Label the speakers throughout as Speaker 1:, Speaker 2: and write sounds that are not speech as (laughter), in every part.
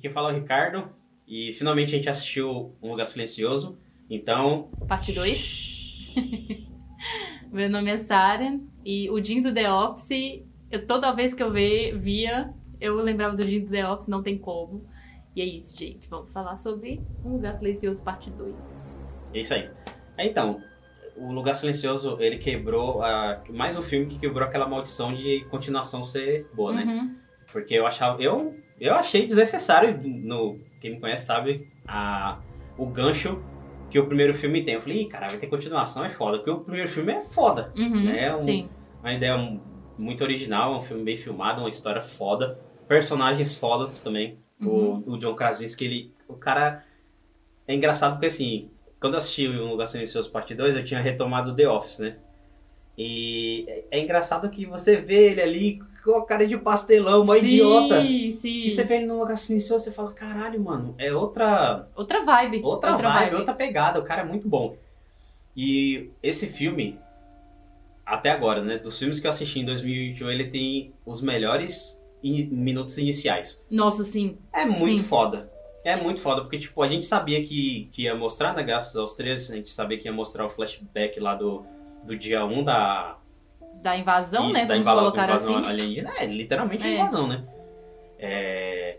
Speaker 1: quem fala é o Ricardo. E finalmente a gente assistiu Um Lugar Silencioso. Então.
Speaker 2: Parte 2. (laughs) Meu nome é Sara e o Jim do The Office, eu, toda vez que eu ve- via, eu lembrava do Jim do The Office, não tem como. E é isso, gente. Vamos falar sobre Um Lugar Silencioso, parte 2.
Speaker 1: É isso aí. Aí, Então, o Lugar Silencioso, ele quebrou a... mais um filme que quebrou aquela maldição de continuação ser boa, né?
Speaker 2: Uhum.
Speaker 1: Porque eu achava. Eu, eu achei desnecessário. No, quem me conhece sabe a, o gancho que o primeiro filme tem. Eu falei, Ih, cara, vai ter continuação, é foda. Porque o primeiro filme é foda.
Speaker 2: Uhum.
Speaker 1: É um-
Speaker 2: Sim.
Speaker 1: Uma ideia mu- muito original, é um filme bem filmado, uma história foda. Personagens fodas também. O, o John Krasinski, ele. O cara. É engraçado porque assim. Quando eu assisti o Lugar Silencioso Parte 2, eu tinha retomado The Office, né? E é- é engraçado que você vê ele ali com a cara de pastelão, mó
Speaker 2: Sim,
Speaker 1: idiota. é
Speaker 2: Sim.
Speaker 1: E você vê ele num lugar silencioso, você fala, caralho, mano, é outra,
Speaker 2: Outra vibe.
Speaker 1: outra, vibe, outra pegada, o cara é muito bom. E esse filme, até agora, né, dos filmes que eu assisti em 2021, ele tem os melhores in- minutos iniciais.
Speaker 2: Nossa, assim, sim.
Speaker 1: É muito
Speaker 2: Sim.
Speaker 1: foda. É muito foda, porque, tipo, a gente sabia que, que ia mostrar, né, graças aos trailers, a gente sabia que ia mostrar o flashback lá do, do dia 1 da,
Speaker 2: Da invasão, né?
Speaker 1: da
Speaker 2: Vamos
Speaker 1: invasão-
Speaker 2: colocar
Speaker 1: invasão
Speaker 2: assim.
Speaker 1: alienígena. É, literalmente
Speaker 2: É.
Speaker 1: invasão, né? É,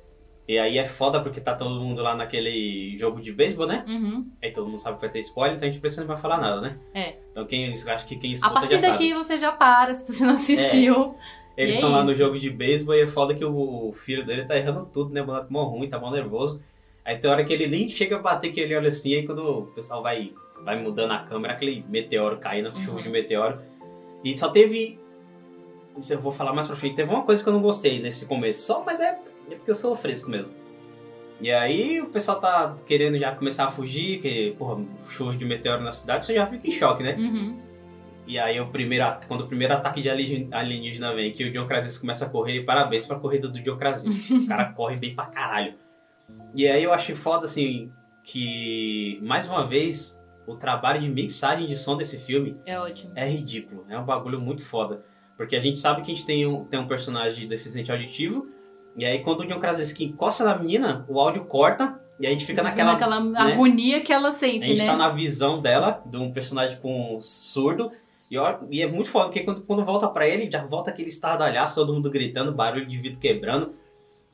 Speaker 1: E aí é foda porque tá todo mundo lá naquele jogo de beisebol, né?
Speaker 2: Uhum.
Speaker 1: Aí todo mundo sabe que vai ter spoiler, então a gente precisa não vai falar nada, né?
Speaker 2: É.
Speaker 1: Então quem acho que quem
Speaker 2: A
Speaker 1: escuta
Speaker 2: partir
Speaker 1: já sabe.
Speaker 2: daqui você já para, se você não assistiu.
Speaker 1: Eles
Speaker 2: é
Speaker 1: estão lá no
Speaker 2: isso.
Speaker 1: jogo de beisebol e é foda que o filho dele tá errando tudo, né? O moleque mó ruim, tá mó nervoso. Aí tem hora que ele nem chega a bater que ele olha assim, aí quando o pessoal vai, vai mudando a câmera, aquele meteoro caindo,
Speaker 2: Uhum.
Speaker 1: chuva de meteoro. E só teve. Isso eu vou falar mais pra frente. Teve uma coisa que eu não gostei nesse começo, só, mas é, é porque eu sou fresco mesmo. E aí o pessoal tá querendo já começar a fugir, porque, porra, chuva de meteoro na cidade, você já fica em choque, né?
Speaker 2: Uhum.
Speaker 1: E aí o primeiro, at- quando o primeiro ataque de alien- alienígena vem, que o John Krasinski começa a correr, parabéns pra corrida do John Krasinski. o (laughs) cara corre bem pra caralho. E aí eu achei foda, assim, que, mais uma vez, o trabalho de mixagem de som desse filme
Speaker 2: É ótimo.
Speaker 1: é ridículo. É um bagulho muito foda. Porque a gente sabe que a gente tem um, tem um personagem deficiente auditivo, e aí quando o John Krasinski encosta na menina, o áudio corta, e aí a gente fica naquela... né?
Speaker 2: agonia que ela sente,
Speaker 1: A gente
Speaker 2: né?
Speaker 1: tá na visão dela, de um personagem com surdo. E, ó, e é muito foda, porque quando, quando volta pra ele, já volta aquele estardalhaço, todo mundo gritando, barulho de vidro quebrando.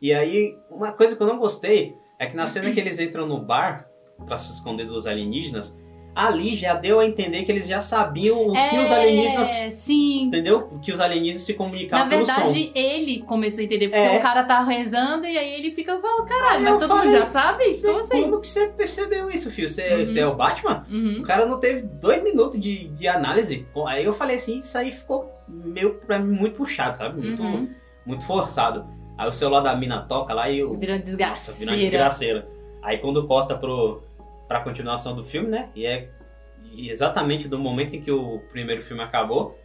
Speaker 1: E aí, uma coisa que eu não gostei é que na cena que eles entram no bar pra se esconder dos alienígenas, ali já deu a entender que eles já sabiam o que os alienígenas.
Speaker 2: É, Sim.
Speaker 1: Entendeu? Que os alienígenas se comunicavam
Speaker 2: Na
Speaker 1: pelo som.
Speaker 2: verdade, ele começou a entender, porque
Speaker 1: É.
Speaker 2: o cara tá rezando e aí ele fica falando,
Speaker 1: Aí
Speaker 2: caralho,
Speaker 1: eu
Speaker 2: mas todo
Speaker 1: falei,
Speaker 2: mundo já sabe? Como assim?
Speaker 1: Como que você percebeu isso, filho? Você,
Speaker 2: Uhum.
Speaker 1: você é o Batman?
Speaker 2: Uhum.
Speaker 1: O cara não teve dois minutos de, de análise. Bom, Aí eu falei assim, isso aí ficou meio pra mim muito puxado, sabe? Muito,
Speaker 2: Uhum.
Speaker 1: muito forçado. Aí o celular da mina toca lá e eu.
Speaker 2: Virou uma desgraça.
Speaker 1: Nossa, virou uma desgraceira. Aí quando corta pro, pra continuação do filme, né? E é exatamente do momento em que o primeiro filme acabou.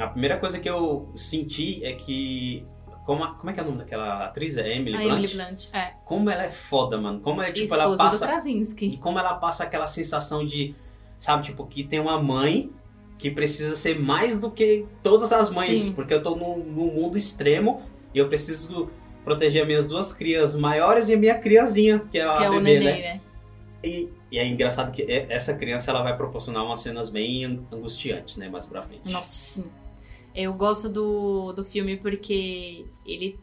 Speaker 1: A primeira coisa que eu senti é que. Como, a- como é que é o nome daquela atriz? É Emily
Speaker 2: A
Speaker 1: Blunt?
Speaker 2: Ah, Emily Blunt, é.
Speaker 1: Como ela é foda, mano. Como é, tipo, ela
Speaker 2: esposa
Speaker 1: passa.
Speaker 2: do
Speaker 1: E
Speaker 2: Krasinski.
Speaker 1: como ela passa aquela sensação de, sabe, tipo, que tem uma mãe que precisa ser mais do que todas as mães,
Speaker 2: Sim.
Speaker 1: porque eu tô num, num mundo extremo e eu preciso proteger minhas duas crias maiores e a minha criazinha, que é a
Speaker 2: que é o
Speaker 1: bebê, né?
Speaker 2: neném, né?
Speaker 1: E, e é engraçado que é- essa criança ela vai proporcionar umas cenas bem angustiantes, né, mais pra frente.
Speaker 2: Nossa, sim. Eu gosto do, do filme porque ele,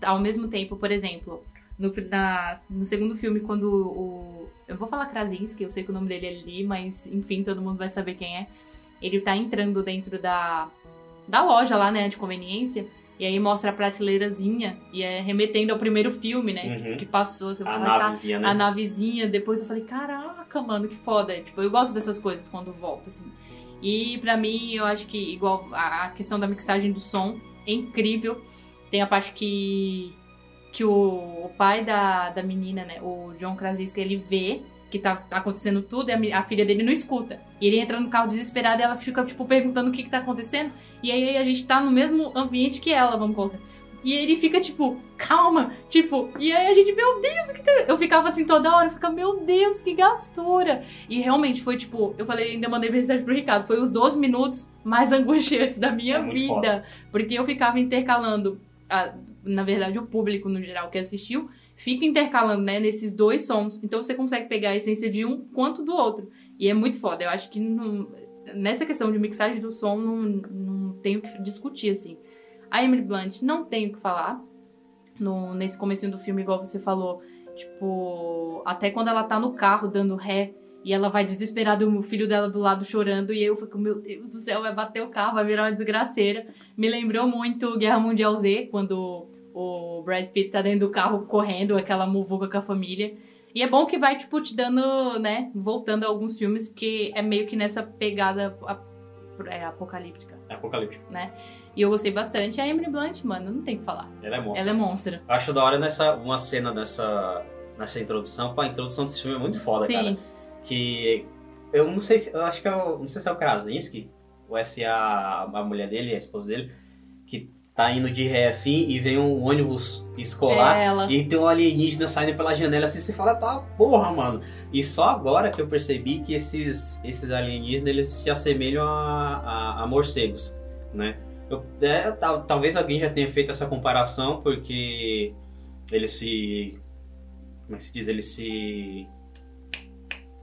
Speaker 2: ao mesmo tempo, por exemplo, no, na- no segundo filme, quando o. Eu vou falar Krasinski, eu sei que o nome dele é Lee, mas enfim, todo mundo vai saber quem é. Ele tá entrando dentro da, da loja lá, né, de conveniência. E aí mostra a prateleirazinha, e é remetendo ao primeiro filme, né?
Speaker 1: Uhum.
Speaker 2: Que passou. que eu
Speaker 1: A
Speaker 2: falei, "Cara,
Speaker 1: navezinha, né?
Speaker 2: a navezinha. Depois eu falei, caraca, mano, que foda. Tipo, eu gosto dessas coisas quando volta, assim. E pra mim, eu acho que, igual a a questão da mixagem do som, é incrível. Tem a parte que, que o, o pai da, da menina, né, o John Krasinski, ele vê que tá tá acontecendo tudo e a, me- a filha dele não escuta. E ele entra no carro desesperado e ela fica, tipo, perguntando o que que tá acontecendo. E aí a gente tá no mesmo ambiente que ela, vamos colocar. E ele fica, tipo, calma, tipo, e aí a gente, meu Deus, o que tá... eu ficava assim toda hora, eu ficava, meu Deus, que gastura. E realmente foi, tipo, eu falei, ainda mandei mensagem pro Ricardo, foi os 12 minutos mais (laughs) angustiantes da minha
Speaker 1: É muito
Speaker 2: vida.
Speaker 1: foda.
Speaker 2: Porque eu ficava intercalando, a- na verdade, o público no geral que assistiu, fica intercalando, né, nesses dois sons. Então você consegue pegar a essência de um quanto do outro. E é muito foda. Eu acho que não- nessa questão de mixagem do som, não, não tenho o que discutir, assim. A Emily Blunt, não tenho o que falar. No, nesse comecinho do filme, igual você falou, tipo, até quando ela tá no carro dando ré e ela vai desesperada, o filho dela do lado chorando, e eu fico, meu Deus do céu, vai bater o carro, vai virar uma desgraceira. Me lembrou muito Guerra Mundial Z, quando o Brad Pitt tá dentro do carro correndo, aquela muvuca com a família. E é bom que vai, tipo, te dando, né, voltando a alguns filmes, porque é meio que nessa pegada ap- é, apocalíptica.
Speaker 1: É apocalíptico.
Speaker 2: E eu gostei bastante. A Emily Blunt, mano, não tem o que falar.
Speaker 1: Ela é monstro.
Speaker 2: Ela é monstra.
Speaker 1: Eu acho da hora nessa uma cena dessa nessa introdução. Pô, a introdução desse filme é muito foda, cara.
Speaker 2: Sim,
Speaker 1: Que eu não sei se. Eu acho que é o. Não sei se é o Krasinski, ou é se é a, a mulher dele, a esposa dele, que tá indo de ré assim e vem um ônibus escolar.
Speaker 2: é ela.
Speaker 1: E tem um alienígena saindo pela janela assim, você fala, tá porra, mano. E só agora que eu percebi que esses, esses alienígenas, eles se assemelham a, a, a morcegos, né? Eu- é, tal- talvez alguém já tenha feito essa comparação, porque eles se... Como é que se diz? Eles se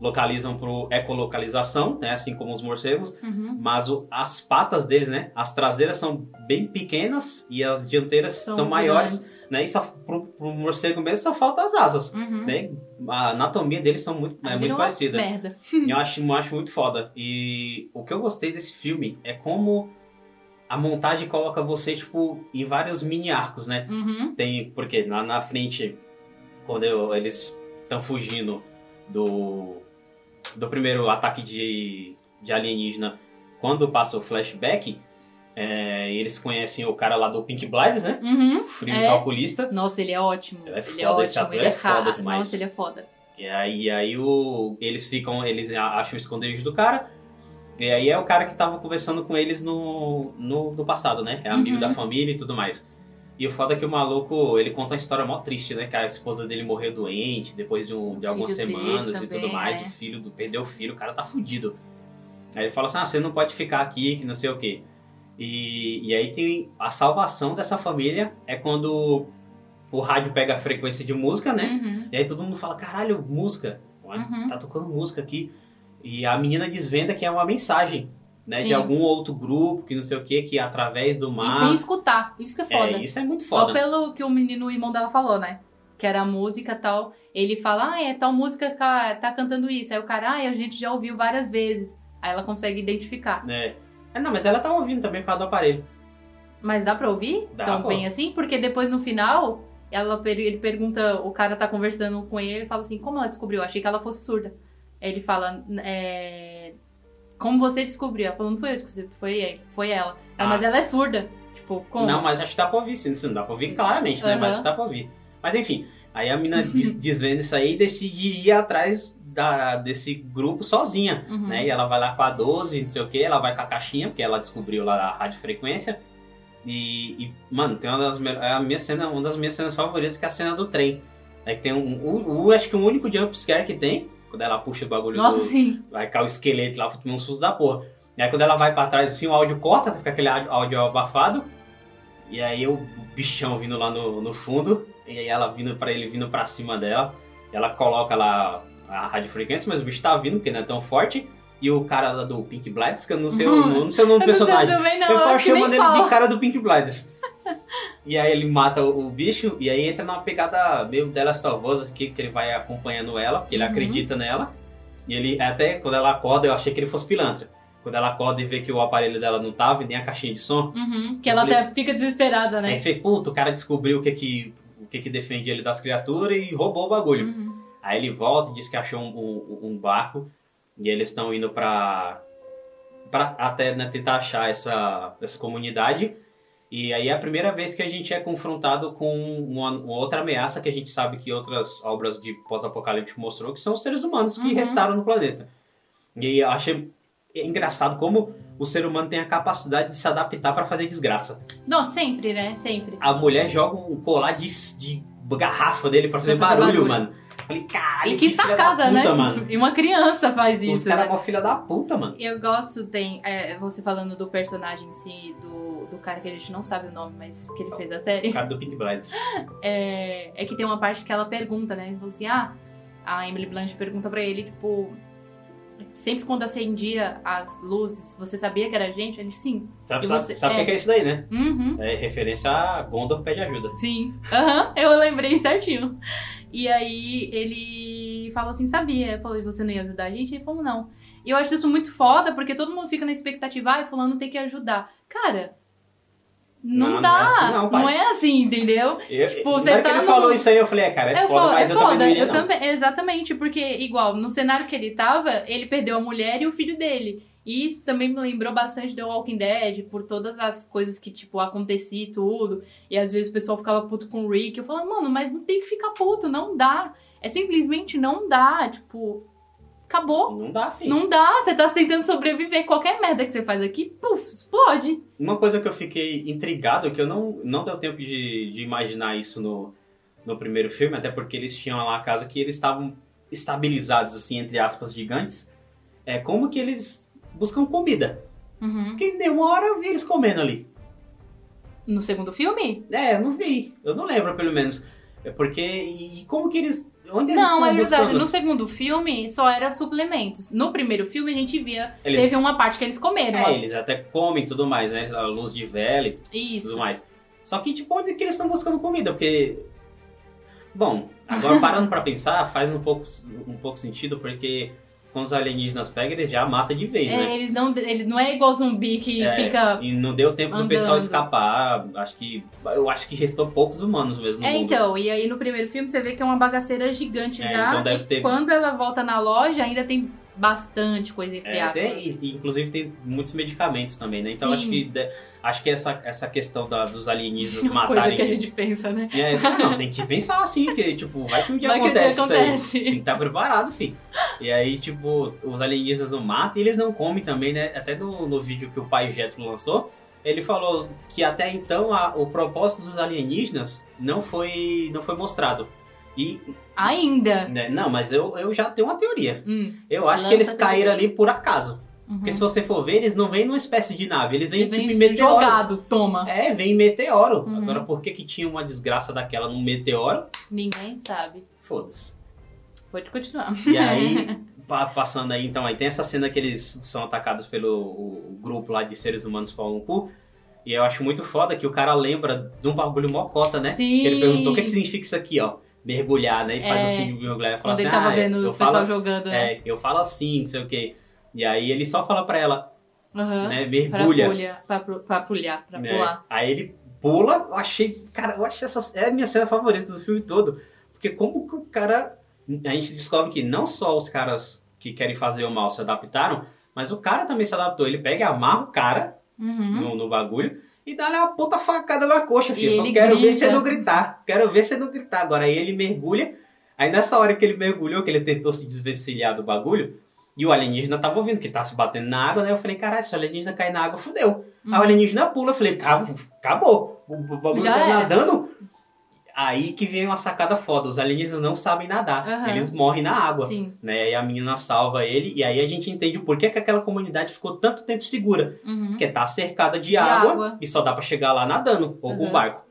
Speaker 1: localizam por ecolocalização, né? Assim como os morcegos.
Speaker 2: Uhum.
Speaker 1: Mas o- as patas deles, né? As traseiras são bem pequenas e as dianteiras são, maiores,
Speaker 2: grandes.
Speaker 1: né? E só, pro, pro morcego mesmo só faltam as asas,
Speaker 2: Uhum.
Speaker 1: né? A anatomia deles são muito, é
Speaker 2: Virou
Speaker 1: muito
Speaker 2: uma
Speaker 1: parecida.
Speaker 2: Merda.
Speaker 1: Eu acho, eu acho muito foda. E o que eu gostei desse filme é como a montagem coloca você, tipo, em vários mini arcos, né?
Speaker 2: Uhum.
Speaker 1: Tem, porque lá na frente, quando eu- eles estão fugindo do, do primeiro ataque de, de alienígena, quando passa o flashback, é, eles conhecem o cara lá do Pink Blinds, né?
Speaker 2: Uhum.
Speaker 1: O frio
Speaker 2: É.
Speaker 1: calculista.
Speaker 2: Nossa, ele é ótimo.
Speaker 1: Ele é
Speaker 2: ele é
Speaker 1: foda,
Speaker 2: ótimo.
Speaker 1: esse ator
Speaker 2: ele
Speaker 1: é foda
Speaker 2: raro.
Speaker 1: demais.
Speaker 2: Nossa, ele é foda.
Speaker 1: E aí, e aí o, eles ficam, eles a- acham o esconderijo do cara. E aí é o cara que tava conversando com eles no, no, no passado, né? É amigo
Speaker 2: Uhum.
Speaker 1: da família e tudo mais. E o foda é que o maluco, ele conta uma história mó triste, né? Que a esposa dele morreu doente depois de, um- de
Speaker 2: O
Speaker 1: algumas
Speaker 2: filho dele
Speaker 1: semanas e tudo
Speaker 2: também,
Speaker 1: mais.
Speaker 2: é.
Speaker 1: O filho do, perdeu o filho, o cara tá fudido. Aí ele fala assim, ah, você não pode ficar aqui, que não sei o quê. E, e aí tem a salvação dessa família é quando o rádio pega a frequência de música, né?
Speaker 2: Uhum.
Speaker 1: E aí todo mundo fala, caralho, música. Olha,
Speaker 2: Uhum.
Speaker 1: Tá tocando música aqui. E a menina desvenda que é uma mensagem, né? De
Speaker 2: Sim.
Speaker 1: algum outro grupo, que não sei o que, que através do
Speaker 2: E
Speaker 1: mar.
Speaker 2: sem escutar. Isso que é foda.
Speaker 1: é, isso é muito
Speaker 2: Só
Speaker 1: foda.
Speaker 2: pelo que o menino, o irmão dela falou, né? Que era a música e tal. Ele fala, ah, é tal música que tá tá cantando isso. Aí o cara, ah, a gente já ouviu várias vezes. Aí ela consegue identificar.
Speaker 1: É. Ah, não, mas ela tá ouvindo também por causa do aparelho.
Speaker 2: Mas dá pra ouvir
Speaker 1: Dá,
Speaker 2: tão
Speaker 1: pô.
Speaker 2: bem assim? Porque depois no final, ela, per- ele pergunta, o cara tá conversando com ele, ele fala assim, como ela descobriu? Achei que ela fosse surda. Aí Ele fala, é, como você descobriu? Ela falou, não foi eu que descobri, foi, ele- foi ela.
Speaker 1: Ah.
Speaker 2: Ela, Mas ela é surda. Tipo, como?
Speaker 1: Não, mas acho que dá pra ouvir, sim. Isso não dá pra ouvir claramente, né?
Speaker 2: Aham.
Speaker 1: Mas dá pra ouvir. Mas enfim, aí a
Speaker 2: (laughs)
Speaker 1: menina des- desvenda isso aí e decide ir atrás da, desse grupo sozinha.
Speaker 2: Uhum.
Speaker 1: né? E ela vai lá com a 12, não sei o que, ela vai com a caixinha, porque ela descobriu lá a radiofrequência. E, e, mano, tem uma das, me- é a minha cena, uma das minhas cenas favoritas, que é a cena do trem. É que tem um, o- o- acho que o único jumpscare que tem, quando ela puxa o bagulho
Speaker 2: Nossa,
Speaker 1: do,
Speaker 2: sim.
Speaker 1: vai cair o esqueleto lá, tomar um susto da porra. E aí quando ela vai pra trás, assim, o áudio corta, fica aquele áudio- áudio abafado. E aí o bichão vindo lá no, no fundo, e aí ela vindo pra ele, vindo pra cima dela. E ela coloca lá a radiofrequência, mas o bicho tá vindo, porque não é tão forte. E o cara lá do Pink Blinders, que eu não sei, o-
Speaker 2: Uhum.
Speaker 1: não sei o nome do
Speaker 2: (laughs) Eu não sei
Speaker 1: personagem.
Speaker 2: também, não.
Speaker 1: eu ficava
Speaker 2: acho que nem
Speaker 1: chamando ele
Speaker 2: fala.
Speaker 1: de cara do Pink Blinders. e aí ele mata o, o bicho, e aí entra numa pegada meio delas talvosas, que, que ele vai acompanhando ela, porque ele
Speaker 2: Uhum.
Speaker 1: acredita nela. E ele, até quando ela acorda, eu achei que ele fosse pilantra. Quando ela acorda e vê que o aparelho dela não tava e nem a caixinha de som,
Speaker 2: Uhum, que ela até fica desesperada,
Speaker 1: aí
Speaker 2: né?
Speaker 1: eu falei, puta, o cara descobriu o que que, o que que defende ele das criaturas e roubou o bagulho.
Speaker 2: Uhum.
Speaker 1: Aí ele volta e diz que achou um, um- um barco e eles estão indo pra, pra até né, tentar achar essa, essa comunidade. E aí é a primeira vez que a gente é confrontado com uma, uma outra ameaça que a gente sabe que outras obras de pós-apocalipse mostrou, que são os seres humanos que
Speaker 2: Uhum.
Speaker 1: restaram no planeta. E aí eu achei engraçado como o ser humano tem a capacidade de se adaptar para fazer desgraça.
Speaker 2: Não, sempre, né? Sempre.
Speaker 1: A mulher joga um colar de, de garrafa dele para fazer
Speaker 2: Pra fazer
Speaker 1: barulho,
Speaker 2: barulho.
Speaker 1: mano. Falei, caralho,
Speaker 2: E que
Speaker 1: filha da
Speaker 2: sacada, né?
Speaker 1: puta, Mano.
Speaker 2: E uma criança faz
Speaker 1: Os
Speaker 2: isso,
Speaker 1: caras
Speaker 2: né?
Speaker 1: é uma filha da puta, mano.
Speaker 2: Eu gosto, tem. é, você falando do personagem em si, do, do cara que a gente não sabe o nome, mas que ele fez a série.
Speaker 1: O cara do Pink Blinds.
Speaker 2: é, é que tem uma parte que ela pergunta, né? Ele falou assim, ah, a Emily Blunt pergunta pra ele, tipo, sempre quando acendia as luzes, você sabia que era a gente? Ele, sim.
Speaker 1: Sabe,
Speaker 2: E
Speaker 1: sabe,
Speaker 2: você-
Speaker 1: sabe o
Speaker 2: é.
Speaker 1: que que é isso daí, né?
Speaker 2: Uhum.
Speaker 1: É referência a Gondor pede ajuda.
Speaker 2: Sim. Aham, eu lembrei certinho. E aí ele falou assim, sabia? Eu falei, você não ia ajudar a gente? Ele falou, não. E eu acho isso muito foda, porque todo mundo fica na expectativa, ai, fulano tem que ajudar. Cara, não,
Speaker 1: Não, não
Speaker 2: dá.
Speaker 1: é assim não, pai.
Speaker 2: não é assim, entendeu?
Speaker 1: Eu,
Speaker 2: Tipo,
Speaker 1: na hora
Speaker 2: você
Speaker 1: que
Speaker 2: tá
Speaker 1: ele
Speaker 2: no-
Speaker 1: falou isso aí, eu falei, é, cara, é,
Speaker 2: eu
Speaker 1: foda,
Speaker 2: falo, é
Speaker 1: mas eu
Speaker 2: foda.
Speaker 1: também não iria,
Speaker 2: Eu
Speaker 1: não.
Speaker 2: também, exatamente, porque, igual, no cenário que ele tava, ele perdeu a mulher e o filho dele. E isso também me lembrou bastante The Walking Dead, por todas as coisas que, tipo, acontecia e tudo. E às vezes o pessoal ficava puto com o Rick. Eu falava, mano, mas não tem que ficar puto, não dá. É simplesmente não dá, tipo, acabou.
Speaker 1: Não dá, filho.
Speaker 2: Não dá, você tá tentando sobreviver. Qualquer merda que você faz aqui, puf, explode.
Speaker 1: Uma coisa que eu fiquei intrigado, que eu não, não deu tempo de, de imaginar isso no, no primeiro filme, até porque eles tinham lá a casa que eles estavam estabilizados, assim, entre aspas, gigantes, é como que eles buscam comida.
Speaker 2: Uhum.
Speaker 1: Porque de uma hora eu vi eles comendo ali.
Speaker 2: No segundo filme?
Speaker 1: É, eu não vi. Eu não lembro, pelo menos. É porque... E como que eles... Onde eles
Speaker 2: Não,
Speaker 1: estão
Speaker 2: é verdade.
Speaker 1: buscando?
Speaker 2: No segundo filme, só era suplementos. No primeiro filme, a gente via
Speaker 1: Eles...
Speaker 2: Teve uma parte que eles comeram.
Speaker 1: É,
Speaker 2: ó.
Speaker 1: eles até comem e tudo mais, né? A luz de vela e tudo
Speaker 2: Isso.
Speaker 1: mais. Só que, tipo, onde que eles estão buscando comida? Porque. Bom, agora parando pra pensar, faz um pouco, um pouco sentido, porque quando os alienígenas pegam, eles já matam de vez, né?
Speaker 2: É, eles não, ele não é igual zumbi que
Speaker 1: É.
Speaker 2: fica.
Speaker 1: E não deu tempo do pessoal
Speaker 2: Andando.
Speaker 1: escapar. Acho que. Eu acho que restou poucos humanos mesmo. no
Speaker 2: É,
Speaker 1: mundo.
Speaker 2: então, e aí no primeiro filme você vê que é uma bagaceira gigante
Speaker 1: É,
Speaker 2: já.
Speaker 1: então deve
Speaker 2: e
Speaker 1: ter-
Speaker 2: quando ela volta na loja, ainda tem bastante coisa entre
Speaker 1: É,
Speaker 2: aspas.
Speaker 1: tem, e- e, inclusive tem muitos medicamentos também, né? Então
Speaker 2: Sim.
Speaker 1: acho que, de- acho que essa, essa questão da- dos alienígenas
Speaker 2: As coisas
Speaker 1: matarem.
Speaker 2: que a gente pensa, né?
Speaker 1: É, não, tem que pensar assim, que tipo, vai que um dia
Speaker 2: Vai que um dia
Speaker 1: acontece, isso aí.
Speaker 2: acontece.
Speaker 1: Tem que estar preparado, filho. E aí, tipo, os alienígenas não matam e eles não comem também, né? Até no, no vídeo que o pai Jetro lançou, ele falou que até então a- o propósito dos alienígenas não foi, não foi mostrado. E,
Speaker 2: Ainda.
Speaker 1: né, não, mas eu, eu já tenho uma teoria.
Speaker 2: Hum,
Speaker 1: Eu acho que
Speaker 2: Lança
Speaker 1: eles
Speaker 2: a
Speaker 1: caíram
Speaker 2: teoria.
Speaker 1: ali por acaso.
Speaker 2: uhum.
Speaker 1: Porque se você for ver, eles não vêm numa espécie de nave, eles vêm
Speaker 2: Ele
Speaker 1: tipo em
Speaker 2: vem
Speaker 1: meteoro.
Speaker 2: jogado, toma.
Speaker 1: É, vem meteoro.
Speaker 2: Uhum.
Speaker 1: Agora, por que que tinha uma desgraça daquela num meteoro?
Speaker 2: Ninguém sabe.
Speaker 1: Foda-se.
Speaker 2: Pode continuar.
Speaker 1: E
Speaker 2: (laughs)
Speaker 1: aí, pa- passando aí, então, aí tem essa cena que eles são atacados pelo o- o grupo lá de seres humanos pau no cu. E eu acho muito foda que o cara lembra de um bagulho mocota, né?
Speaker 2: Sim.
Speaker 1: Que ele perguntou o que, que significa isso aqui, ó. Mergulhar, né? E faz
Speaker 2: É.
Speaker 1: assim, o mergulhar e fala
Speaker 2: Quando
Speaker 1: assim,
Speaker 2: ele tava
Speaker 1: ah,
Speaker 2: vendo
Speaker 1: eu
Speaker 2: o pessoal
Speaker 1: falo,
Speaker 2: jogando, né?
Speaker 1: é, eu falo assim, não sei o quê. E aí ele só fala pra ela,
Speaker 2: Aham.
Speaker 1: né?
Speaker 2: Pra
Speaker 1: Mergulha.
Speaker 2: pulha, pra, pu- pra pulhar, pra
Speaker 1: né?
Speaker 2: pular.
Speaker 1: Aí ele pula, eu achei. Cara, eu achei essa. É a minha cena favorita do filme todo. Porque como que o cara. A gente descobre que não só os caras que querem fazer o mal se adaptaram, mas o cara também se adaptou. Ele pega e amarra o cara
Speaker 2: Uhum.
Speaker 1: no, no bagulho e dá-lhe uma puta facada na coxa,
Speaker 2: E
Speaker 1: filho. Eu
Speaker 2: ele
Speaker 1: quero ver
Speaker 2: grita.
Speaker 1: você não gritar. Quero ver você não gritar. Agora aí ele mergulha. Aí nessa hora que ele mergulhou, que ele tentou se desvencilhar do bagulho, e o alienígena tava ouvindo, que tava se batendo na água, né? Eu falei, caralho, se o alienígena cair na água, fudeu.
Speaker 2: Uhum.
Speaker 1: Aí o alienígena pula, eu falei, "Cabo- acabou, o o bagulho
Speaker 2: Já
Speaker 1: tá
Speaker 2: era.
Speaker 1: nadando. Aí que vem uma sacada foda, os alienígenas não sabem nadar,
Speaker 2: Aham.
Speaker 1: eles morrem na água,
Speaker 2: Sim.
Speaker 1: né? E a menina salva ele, e aí a gente entende o porquê que aquela comunidade ficou tanto tempo segura.
Speaker 2: Uhum.
Speaker 1: Porque tá cercada de, água,
Speaker 2: água.
Speaker 1: e só dá pra chegar lá nadando, ou com
Speaker 2: Aham.
Speaker 1: barco.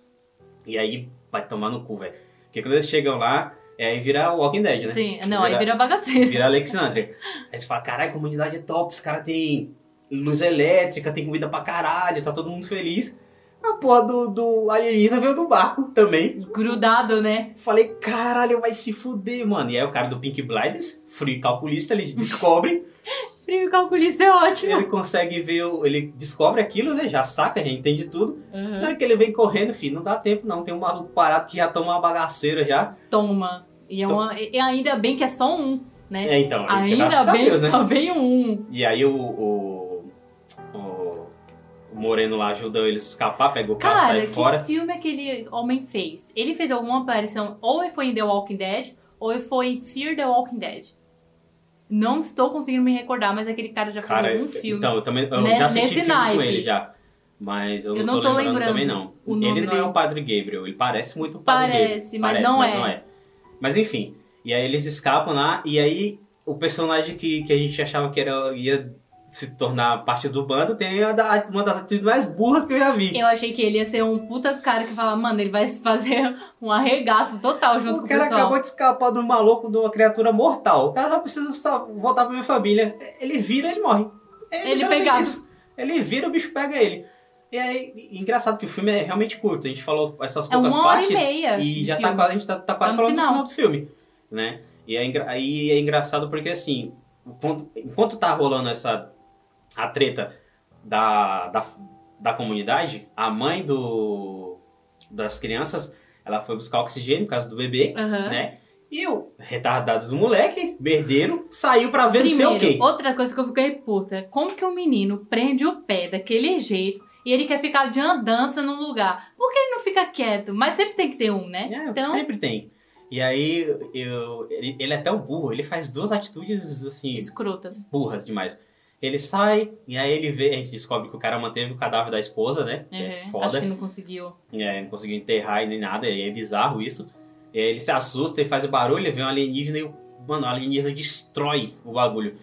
Speaker 1: E aí vai tomar no cu, velho. Porque quando eles chegam lá, é, aí vira Walking Dead, né?
Speaker 2: Sim, não, aí
Speaker 1: Vira-
Speaker 2: vira
Speaker 1: (laughs)
Speaker 2: bagaceira.
Speaker 1: Vira Alexandria. Aí você fala, caralho, comunidade é top, os caras têm luz elétrica, tem comida pra caralho, tá todo mundo feliz. A porra do, do alienígena veio do barco também.
Speaker 2: Grudado, né?
Speaker 1: Falei, caralho, vai se fuder, mano. E aí o cara do Pink Blinders, frio calculista,
Speaker 2: (laughs)
Speaker 1: ele descobre,
Speaker 2: Frio calculista é ótimo.
Speaker 1: ele consegue ver, o- ele descobre aquilo, né? Já saca, já entende tudo. Na
Speaker 2: Uhum.
Speaker 1: hora é que ele vem correndo, filho, não dá tempo não. Tem um maluco parado que já toma uma bagaceira já.
Speaker 2: Toma. E, é uma, e ainda bem que é só um, né?
Speaker 1: É, então,
Speaker 2: ainda
Speaker 1: graças a
Speaker 2: bem que
Speaker 1: Deus, né?
Speaker 2: só vem um.
Speaker 1: E aí o, o, o- o Moreno lá ajudou eles a escapar, pega o carro e
Speaker 2: Cara,
Speaker 1: sai
Speaker 2: que
Speaker 1: fora.
Speaker 2: filme aquele homem fez? Ele fez alguma aparição, ou foi em The Walking Dead, ou foi em Fear the Walking Dead. Não estou conseguindo me recordar, mas aquele cara já fez
Speaker 1: Cara,
Speaker 2: algum filme.
Speaker 1: então, eu também eu
Speaker 2: Né-
Speaker 1: já assisti
Speaker 2: nesse
Speaker 1: filme com
Speaker 2: naipe.
Speaker 1: ele já. Mas eu,
Speaker 2: Eu
Speaker 1: não tô, lembrando, também não.
Speaker 2: o nome
Speaker 1: ele não é
Speaker 2: dele.
Speaker 1: o Padre Gabriel, ele parece muito o Padre
Speaker 2: Parece,
Speaker 1: Gabriel.
Speaker 2: é. mas não é.
Speaker 1: Mas enfim, E aí eles escapam lá, e aí o personagem que, que a gente achava que era, ia se tornar parte do bando tem a da- uma das atitudes mais burras que eu já vi.
Speaker 2: Eu achei que ele ia ser um puta cara que fala, mano, ele vai fazer (laughs) um arregaço total junto
Speaker 1: o
Speaker 2: com o
Speaker 1: cara
Speaker 2: pessoal.
Speaker 1: acabou de escapar de um maluco, de uma criatura mortal. O cara só precisa só voltar pra minha família. Ele vira, ele morre. É
Speaker 2: Ele
Speaker 1: literalmente
Speaker 2: pegado.
Speaker 1: isso. Ele vira, o bicho pega ele. E aí, e engraçado que o filme é realmente curto. A gente falou essas
Speaker 2: É uma
Speaker 1: poucas
Speaker 2: hora e
Speaker 1: partes.
Speaker 2: meia de
Speaker 1: já tá
Speaker 2: filme.
Speaker 1: quase, a gente tá, tá quase
Speaker 2: no
Speaker 1: falando
Speaker 2: final.
Speaker 1: do final do filme, né? E é, engra- aí é engraçado porque, assim, enquanto, enquanto tá rolando essa... A treta da, da, da comunidade, a mãe do... Das crianças, ela foi buscar oxigênio por causa do bebê.
Speaker 2: Aham.
Speaker 1: né? E o retardado do moleque, merdeiro, saiu pra ver
Speaker 2: Primeiro,
Speaker 1: não sei o quê.
Speaker 2: outra coisa que eu fiquei puta, como que o menino prende o pé daquele jeito e ele quer ficar de andança num lugar? Por que ele não fica quieto? Mas sempre tem que ter um, né?
Speaker 1: É,
Speaker 2: então,
Speaker 1: Sempre tem. E aí, eu, ele, ele é tão burro, ele faz duas atitudes, assim,
Speaker 2: escrotas.
Speaker 1: burras demais. Ele sai, e aí ele vê, a gente descobre que o cara manteve o cadáver da esposa, né? Que É
Speaker 2: Uhum. Acho
Speaker 1: foda.
Speaker 2: que não conseguiu.
Speaker 1: É, não conseguiu enterrar e nem nada, e é bizarro isso. E aí ele se assusta e faz o barulho, ele vê um alienígena e, o- mano, o alienígena destrói o bagulho.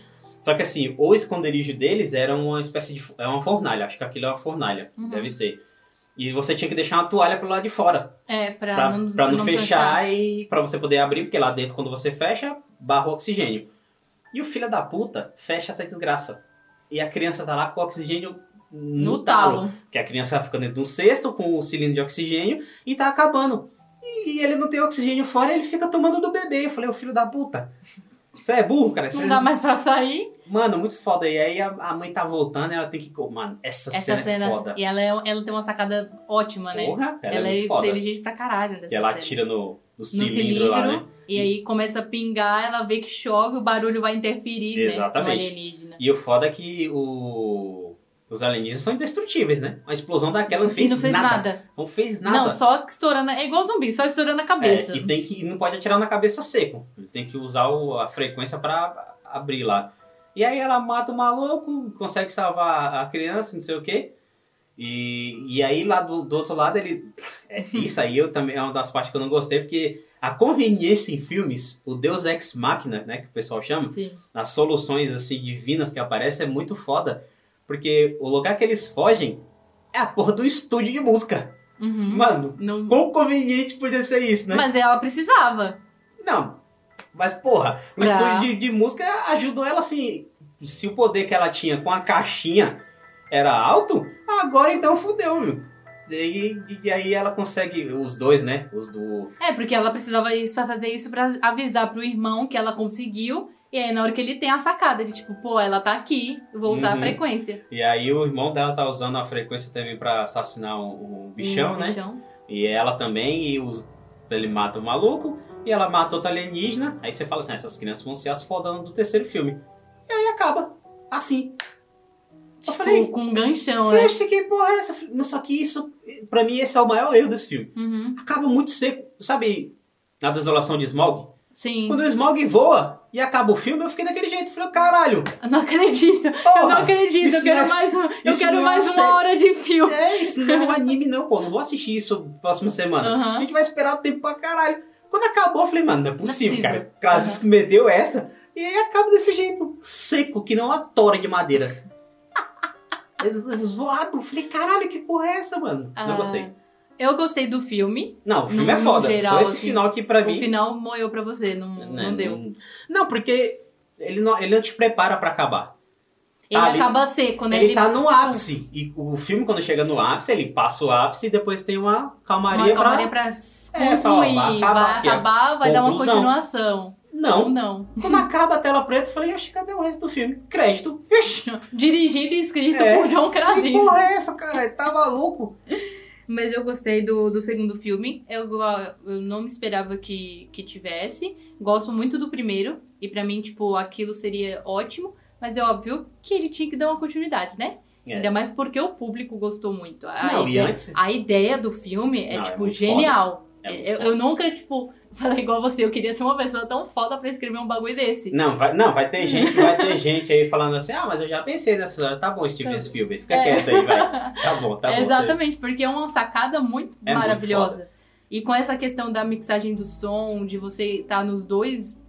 Speaker 1: Só que assim, o esconderijo deles era uma espécie de. É uma fornalha, acho que aquilo é uma fornalha,
Speaker 2: Uhum.
Speaker 1: deve ser. E você tinha que deixar uma toalha pro lado de fora,
Speaker 2: É, pra,
Speaker 1: pra,
Speaker 2: não,
Speaker 1: pra não,
Speaker 2: não
Speaker 1: fechar e pra você poder abrir, porque lá dentro, quando você fecha, barra o oxigênio. E o filho da puta fecha essa desgraça. E a criança tá lá com o oxigênio no,
Speaker 2: No
Speaker 1: talo.
Speaker 2: talo.
Speaker 1: Porque a criança fica dentro de um cesto com o cilindro de oxigênio e tá acabando. E ele não tem oxigênio fora ele fica tomando do bebê. Eu falei, ô filho da puta. Você é burro, cara. Você-
Speaker 2: Não dá mais pra sair.
Speaker 1: Mano, muito foda. E aí a, a mãe tá voltando e ela tem que. Pô, Mano, essa,
Speaker 2: Essa
Speaker 1: cena,
Speaker 2: cena.
Speaker 1: é foda.
Speaker 2: E ela, é, ela tem uma sacada ótima, né?
Speaker 1: Porra, ela,
Speaker 2: ela
Speaker 1: é
Speaker 2: é,
Speaker 1: muito foda.
Speaker 2: inteligente pra caralho. Dessa
Speaker 1: E ela
Speaker 2: série.
Speaker 1: atira no, no,
Speaker 2: no
Speaker 1: cilindro,
Speaker 2: cilindro,
Speaker 1: lá, né?
Speaker 2: e aí começa a pingar, ela vê que chove, o barulho vai interferir,
Speaker 1: Exatamente.
Speaker 2: né? No alienígena.
Speaker 1: E o foda é que o. Os alienígenas são indestrutíveis, né? A explosão daquela não fez,
Speaker 2: e não fez
Speaker 1: nada.
Speaker 2: nada.
Speaker 1: Não fez nada.
Speaker 2: Não, só que estourando. É igual zumbi, só que estourando a cabeça.
Speaker 1: É, e tem que e não pode atirar na cabeça seco. Ele tem que usar o- a frequência pra abrir lá. E aí ela mata o maluco, consegue salvar a criança, não sei o quê. E, e aí lá do, do outro lado
Speaker 2: (laughs)
Speaker 1: ele. é, Isso aí eu também é uma das partes que eu não gostei, porque a conveniência em filmes, o Deus Ex Machina, né, que o pessoal chama,
Speaker 2: Sim.
Speaker 1: as soluções assim divinas que aparecem é muito foda. Porque o lugar que eles fogem é a porra do estúdio de música.
Speaker 2: Uhum.
Speaker 1: Mano,
Speaker 2: Não-
Speaker 1: quão conveniente podia ser isso, né?
Speaker 2: Mas ela precisava.
Speaker 1: Não. Mas, porra, o
Speaker 2: Pra-
Speaker 1: estúdio de, de música ajudou ela assim. Se o poder que ela tinha com a caixinha era alto, agora então fudeu, meu. E, e aí ela consegue. Os dois, né? Os do.
Speaker 2: É, porque ela precisava isso pra fazer isso pra avisar pro irmão que ela conseguiu. E aí, na hora que ele tem a sacada de tipo, pô, ela tá aqui, eu vou usar
Speaker 1: Uhum.
Speaker 2: a frequência.
Speaker 1: E aí o irmão dela tá usando a frequência também pra assassinar um, um bichão,
Speaker 2: Hum,
Speaker 1: né?
Speaker 2: Bichão.
Speaker 1: E ela também, e os, ele mata o maluco, e ela mata outro alienígena. Aí você fala assim, "Ah, essas crianças vão se asfodando do terceiro filme. E aí acaba. Assim. Eu falei,
Speaker 2: Tipo, com um ganchão, né?
Speaker 1: Flash, que porra é essa? Não, Só que isso, pra mim, esse é o maior erro desse filme.
Speaker 2: Uhum.
Speaker 1: Acaba muito seco. Sabe a desolação de Smog?
Speaker 2: Sim.
Speaker 1: Quando o Smog voa e acaba o filme, eu fiquei daquele jeito. Falei, "Oh, caralho,
Speaker 2: Eu (laughs) não acredito. eu não
Speaker 1: porra!
Speaker 2: acredito.
Speaker 1: isso
Speaker 2: Eu quero
Speaker 1: não é-
Speaker 2: mais, um- eu
Speaker 1: isso não
Speaker 2: quero
Speaker 1: é
Speaker 2: mais
Speaker 1: sério.
Speaker 2: uma hora de filme.
Speaker 1: É, isso não é um anime não, pô. Não vou assistir isso próxima semana. A
Speaker 2: Aham.
Speaker 1: gente vai esperar o tempo pra caralho. Quando acabou, eu falei, mano, não é possível,
Speaker 2: Não é possível.
Speaker 1: cara. Krasis que meteu essa. E aí acaba desse jeito. Seco, que não uma tora de madeira.
Speaker 2: (laughs)
Speaker 1: Eles, eles voaram. Eu Falei, caralho, que porra é essa, mano?
Speaker 2: Ah,
Speaker 1: Não gostei.
Speaker 2: Eu gostei do filme.
Speaker 1: Não, o filme
Speaker 2: No-
Speaker 1: é foda.
Speaker 2: no
Speaker 1: Só
Speaker 2: geral,
Speaker 1: esse
Speaker 2: assim,
Speaker 1: final aqui pra
Speaker 2: o
Speaker 1: mim.
Speaker 2: final moeu pra você, não,
Speaker 1: né,
Speaker 2: não deu.
Speaker 1: Não, não, porque ele não, ele não te prepara pra acabar.
Speaker 2: Ele
Speaker 1: Tá, ele-
Speaker 2: acaba seco, né?
Speaker 1: Ele, tá no ápice. E o filme, quando chega no ápice, ele passa o ápice e depois tem uma calmaria,
Speaker 2: uma calmaria pra
Speaker 1: É, fala, vai
Speaker 2: concluir, vai
Speaker 1: acabar
Speaker 2: acabar,
Speaker 1: aqui, ó.
Speaker 2: vai dar uma
Speaker 1: Conclusão.
Speaker 2: continuação.
Speaker 1: pra. Não.
Speaker 2: Ou não.
Speaker 1: Quando acaba a tela preta, eu falei, oxe, cadê o resto do filme? Crédito. Vixe.
Speaker 2: Dirigido e escrito
Speaker 1: É.
Speaker 2: por John
Speaker 1: Que
Speaker 2: Krasinski.
Speaker 1: porra é essa, cara? Tá maluco?
Speaker 2: Mas eu gostei do, do segundo filme. Eu, eu não me esperava que, que tivesse. Gosto muito do primeiro. E pra mim, tipo, aquilo seria ótimo. Mas é óbvio que ele tinha que dar uma continuidade, né?
Speaker 1: É.
Speaker 2: Ainda mais porque o público gostou muito. A,
Speaker 1: Não, e
Speaker 2: ideia,
Speaker 1: antes.
Speaker 2: a ideia do filme é,
Speaker 1: Não, é
Speaker 2: tipo,
Speaker 1: muito
Speaker 2: genial.
Speaker 1: É muito
Speaker 2: eu,
Speaker 1: foda.
Speaker 2: eu nunca, tipo, (laughs) falei igual você, eu queria ser uma pessoa tão foda pra escrever um bagulho desse.
Speaker 1: Não, vai, não, vai ter gente, vai
Speaker 2: (laughs)
Speaker 1: ter gente aí falando assim, ah, mas eu já pensei nessa história. Tá bom, Steven
Speaker 2: Tá.
Speaker 1: Spielberg, fica
Speaker 2: É.
Speaker 1: quieto aí, vai. Tá bom, tá bom. você-
Speaker 2: Exatamente, porque é uma é sacada muito
Speaker 1: É muito
Speaker 2: maravilhosa. e E com essa questão da mixagem do som, de você estar nos dois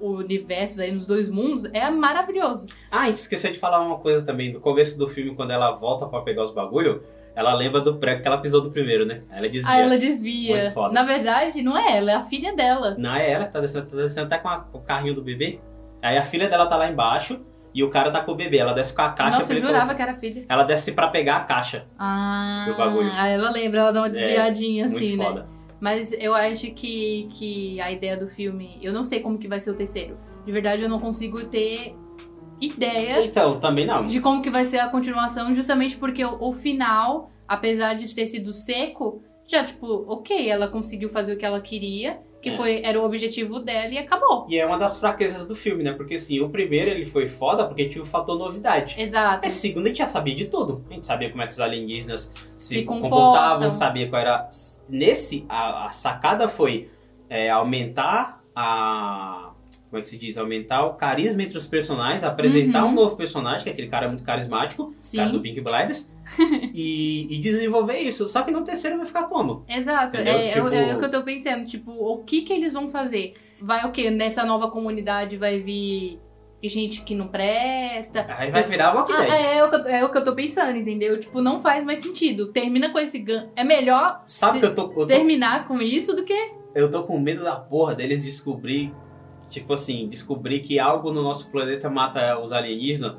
Speaker 2: universos aí, nos dois mundos, é maravilhoso.
Speaker 1: Ah, esqueci de falar uma coisa também. No começo do filme, quando ela volta pra pegar os bagulho, ela lembra do prego que ela pisou do primeiro, né? Ela dizia.
Speaker 2: Aí ela desvia.
Speaker 1: Muito foda.
Speaker 2: Na verdade, não é ela, é a filha dela.
Speaker 1: Não é ela que tá descendo, tá descendo até com, a- com o carrinho do bebê. Aí a filha dela tá lá embaixo e o cara tá com o bebê. Ela desce com a caixa.
Speaker 2: Nossa,
Speaker 1: pra
Speaker 2: eu
Speaker 1: ele
Speaker 2: jurava
Speaker 1: colocar-
Speaker 2: que era filha.
Speaker 1: Ela desce pra pegar a caixa.
Speaker 2: Ah,
Speaker 1: Do bagulho. É,
Speaker 2: aí ela lembra, ela dá uma desviadinha assim,
Speaker 1: Muito
Speaker 2: né?
Speaker 1: foda.
Speaker 2: Mas eu acho que, que a ideia do filme. Eu não sei como que vai ser o terceiro. De verdade, eu não consigo ter ideia
Speaker 1: Então, também não.
Speaker 2: de como que vai ser a continuação, justamente porque o, o final, apesar de ter sido seco, já, tipo, ok, ela conseguiu fazer o que ela queria, que
Speaker 1: É.
Speaker 2: foi, era o objetivo dela e acabou.
Speaker 1: E é uma das fraquezas do filme, né? Porque assim, o primeiro ele foi foda porque tinha o fator novidade.
Speaker 2: Exato.
Speaker 1: Esse segundo a gente já sabia de tudo. A gente sabia como é que os alienígenas se,
Speaker 2: Se
Speaker 1: comportavam,
Speaker 2: comportam.
Speaker 1: sabia qual era. Nesse, a, a sacada foi é, aumentar a. Como é que se diz? Aumentar o carisma entre os personagens, apresentar
Speaker 2: Uhum.
Speaker 1: um novo personagem, que aquele cara é muito carismático, o cara do
Speaker 2: Sim.
Speaker 1: Pink Blinders, e, e desenvolver isso. Só que no terceiro vai ficar como?
Speaker 2: Exato.
Speaker 1: Entendeu?
Speaker 2: É, é o- é
Speaker 1: Tipo-
Speaker 2: o que eu tô pensando. Tipo, o que que eles vão fazer? Vai o quê? Nessa nova comunidade vai vir gente que não presta.
Speaker 1: Aí vai virar Walking
Speaker 2: Ah,
Speaker 1: Dead.
Speaker 2: é, o que eu, é o que eu tô pensando, entendeu? Tipo, não faz mais sentido. Termina com esse gancho. É melhor
Speaker 1: Sabe
Speaker 2: se-
Speaker 1: que eu tô, eu tô
Speaker 2: terminar com isso do que.
Speaker 1: Eu tô com medo da porra deles descobrir, tipo assim, descobrir que algo no nosso planeta mata os alienígenas.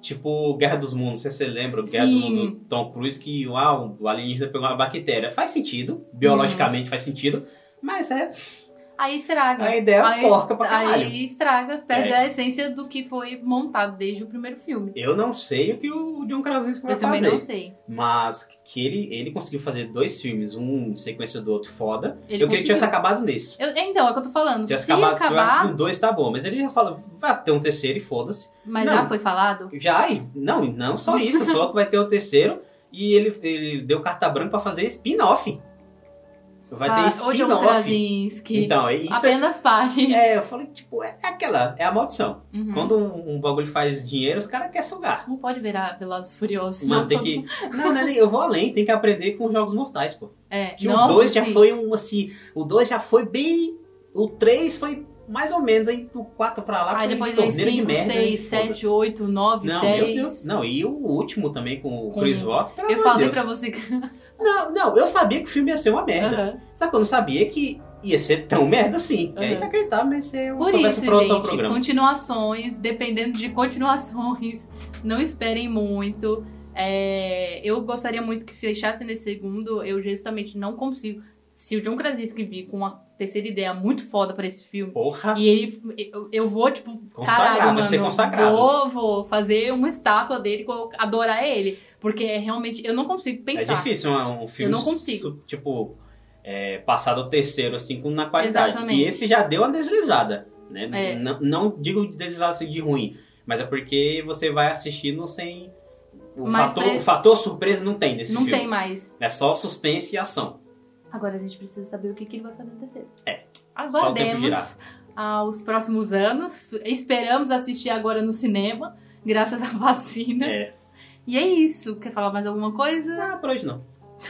Speaker 1: Tipo Guerra dos Mundos, não sei se você lembra, Guerra dos
Speaker 2: Sim.
Speaker 1: Mundos, Tom Cruise, que uau, o alienígena pegou uma bactéria. Faz sentido, biologicamente faz sentido, mas é
Speaker 2: Aí estraga.
Speaker 1: a ideia é
Speaker 2: aí,
Speaker 1: porca pra caralho.
Speaker 2: aí estraga, perde
Speaker 1: É.
Speaker 2: a essência do que foi montado desde o primeiro filme.
Speaker 1: Eu não sei o que o John Krasinski vai
Speaker 2: eu também
Speaker 1: fazer,
Speaker 2: não sei.
Speaker 1: mas que ele, ele conseguiu fazer dois filmes, um em sequência do outro foda.
Speaker 2: Ele
Speaker 1: eu queria que
Speaker 2: conseguiu.
Speaker 1: tivesse acabado nesse.
Speaker 2: Eu- é, então, é o que eu tô falando.
Speaker 1: Tivesse
Speaker 2: Se
Speaker 1: acabado,
Speaker 2: acabar,
Speaker 1: com dois tá bom, mas ele já fala, vai ter um terceiro e foda-se.
Speaker 2: mas
Speaker 1: Não.
Speaker 2: já foi falado.
Speaker 1: Já, e- não, e não só
Speaker 2: (laughs)
Speaker 1: isso, falou que vai ter o terceiro e ele, ele deu carta branca pra fazer spin-off. Vai ter
Speaker 2: Ah, ô, John
Speaker 1: spin-off.
Speaker 2: Krasinski.
Speaker 1: Então, é isso é,
Speaker 2: apenas pare.
Speaker 1: é, eu falei, tipo, é aquela, é a maldição.
Speaker 2: Uhum.
Speaker 1: Quando um, um bagulho faz dinheiro, os caras querem sugar.
Speaker 2: Não pode virar Velozes e Furiosos.
Speaker 1: Mano,
Speaker 2: não.
Speaker 1: tem que. (laughs) Não, não, não, eu vou além, tem que aprender com os Jogos Mortais, pô.
Speaker 2: É,
Speaker 1: Que
Speaker 2: nossa,
Speaker 1: o 2 já
Speaker 2: sim.
Speaker 1: foi um assim. O 2 já foi bem. O 3 foi mais ou menos, aí do 4 pra lá.
Speaker 2: Aí
Speaker 1: foi
Speaker 2: depois vem
Speaker 1: torneira de
Speaker 2: 5,
Speaker 1: merda,
Speaker 2: 6,
Speaker 1: e foda-se.
Speaker 2: 7, 8, 9,
Speaker 1: Não,
Speaker 2: 10.
Speaker 1: meu Deus. Não, e o último também com o
Speaker 2: Com-
Speaker 1: Chris Rock. pelo
Speaker 2: Eu
Speaker 1: amor de
Speaker 2: falei
Speaker 1: Deus.
Speaker 2: pra você que.
Speaker 1: Não, não, eu sabia que o filme ia ser uma merda.
Speaker 2: (laughs) Aham.
Speaker 1: Só que eu não sabia que ia ser tão merda assim. É
Speaker 2: Aham.
Speaker 1: inacreditável, mas é uma
Speaker 2: Por
Speaker 1: conversa
Speaker 2: isso,
Speaker 1: pra outro
Speaker 2: gente,
Speaker 1: programa.
Speaker 2: continuações, dependendo de continuações, (laughs) não esperem muito. É, eu gostaria muito que fechasse nesse segundo, eu justamente não consigo. Se o John Krasinski vir com uma terceira ideia muito foda pra esse filme,
Speaker 1: Porra,
Speaker 2: e ele, eu, eu vou, tipo,
Speaker 1: Consagrar,
Speaker 2: caralho,
Speaker 1: vai
Speaker 2: mano,
Speaker 1: ser consagrado.
Speaker 2: Vou, vou fazer uma estátua dele, colo- adorar ele. Porque é realmente, eu não consigo
Speaker 1: é
Speaker 2: pensar.
Speaker 1: difícil um, um filme.
Speaker 2: Eu não consigo.
Speaker 1: su- Tipo, é, passar do terceiro, assim, com na qualidade.
Speaker 2: Exatamente.
Speaker 1: E esse já deu uma deslizada, né?
Speaker 2: É.
Speaker 1: Não, não digo deslizada assim de ruim, mas é porque você vai assistindo sem. O,
Speaker 2: Mas
Speaker 1: fator,
Speaker 2: pra-
Speaker 1: o fator surpresa não tem nesse
Speaker 2: não
Speaker 1: filme.
Speaker 2: tem mais.
Speaker 1: É só suspense e ação.
Speaker 2: Agora a gente precisa saber o que, que ele vai fazer no terceiro.
Speaker 1: É. Só o tempo
Speaker 2: Aguardemos
Speaker 1: dirá.
Speaker 2: aos próximos anos. Esperamos assistir agora no cinema, graças à (laughs) vacina.
Speaker 1: É.
Speaker 2: E é isso. Quer falar mais alguma coisa? (laughs)
Speaker 1: Ah, por hoje não.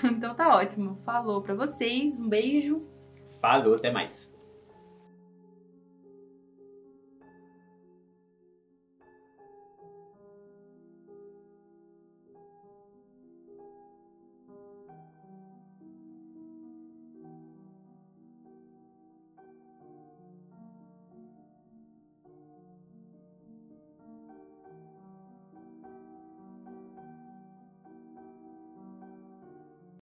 Speaker 2: Então tá ótimo. Falou pra vocês. Um beijo.
Speaker 1: Falou, até mais.